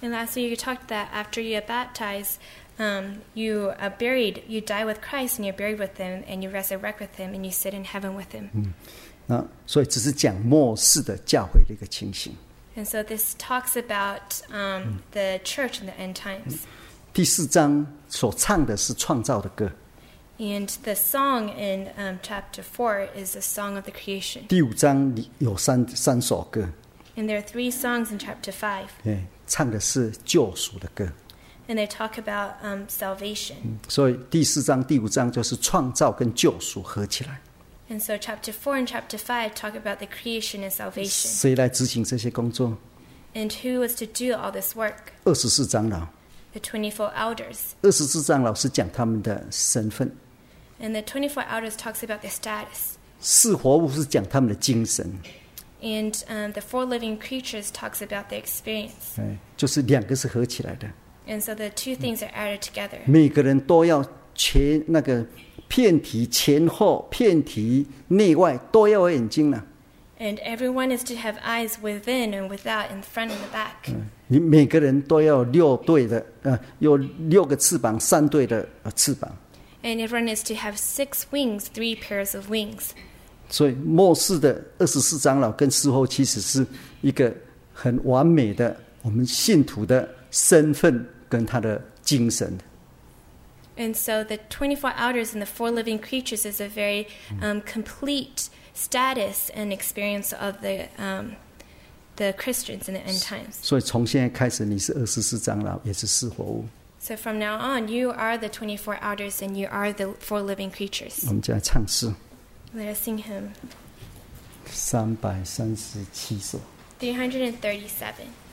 Speaker 2: And lastly, you talked that after you are baptized, um, you are buried, you die with Christ, and you're buried with Him, and you resurrect with Him, and you sit in heaven with Him.
Speaker 1: 那所以只是讲末世的教会的一个情形。
Speaker 2: And so this talks about um, the church in the end times.
Speaker 1: 第四章所唱的是创造的歌，
Speaker 2: And the song in um, chapter 4 is the song of the creation.
Speaker 1: 第五章里有三三首歌，
Speaker 2: And there are three songs in chapter 5,
Speaker 1: 哎，唱的是救赎的歌。
Speaker 2: and they talk about um, salvation.
Speaker 1: 所以第四章、第五章就是创造跟救赎合起来，
Speaker 2: And so chapter 4 and chapter 5 talk about the creation and salvation.
Speaker 1: 谁来执行这些工作？
Speaker 2: And who was to do all this work?
Speaker 1: 二十四长老。
Speaker 2: The 24 elders.
Speaker 1: 二十四章老师讲他们的身份，
Speaker 2: And the 24 elders talks about their status.
Speaker 1: 四活物是讲他们的精神，
Speaker 2: And um, the four living creatures talks about their experience.
Speaker 1: 哎，就是两个是合起来的，
Speaker 2: And so the two things are added together.
Speaker 1: 每个人都要前那个片体前后、片体内外都要有眼睛了、
Speaker 2: And everyone is to have eyes within and without, in front and the back.
Speaker 1: 你每个人都要有六对的，呃，有六个翅膀，三对的呃翅膀。
Speaker 2: And everyone is to have six wings, three pairs of wings.
Speaker 1: 所以末世的二十四长老跟事后其实是一个很完美的我们信徒的身份跟他的精神。
Speaker 2: And so the 24 elders and the four living creatures is a very um, complete status and experience of the, um, the Christians in the end times.
Speaker 1: 所以从现在开始，你是二十四长老，也是四活物。
Speaker 2: So from now on, you are the 24 elders and you are the four living
Speaker 1: 我
Speaker 2: creatures.
Speaker 1: 们就来唱诗，
Speaker 2: Let us sing hymn
Speaker 1: 三百三十七首。
Speaker 2: 337.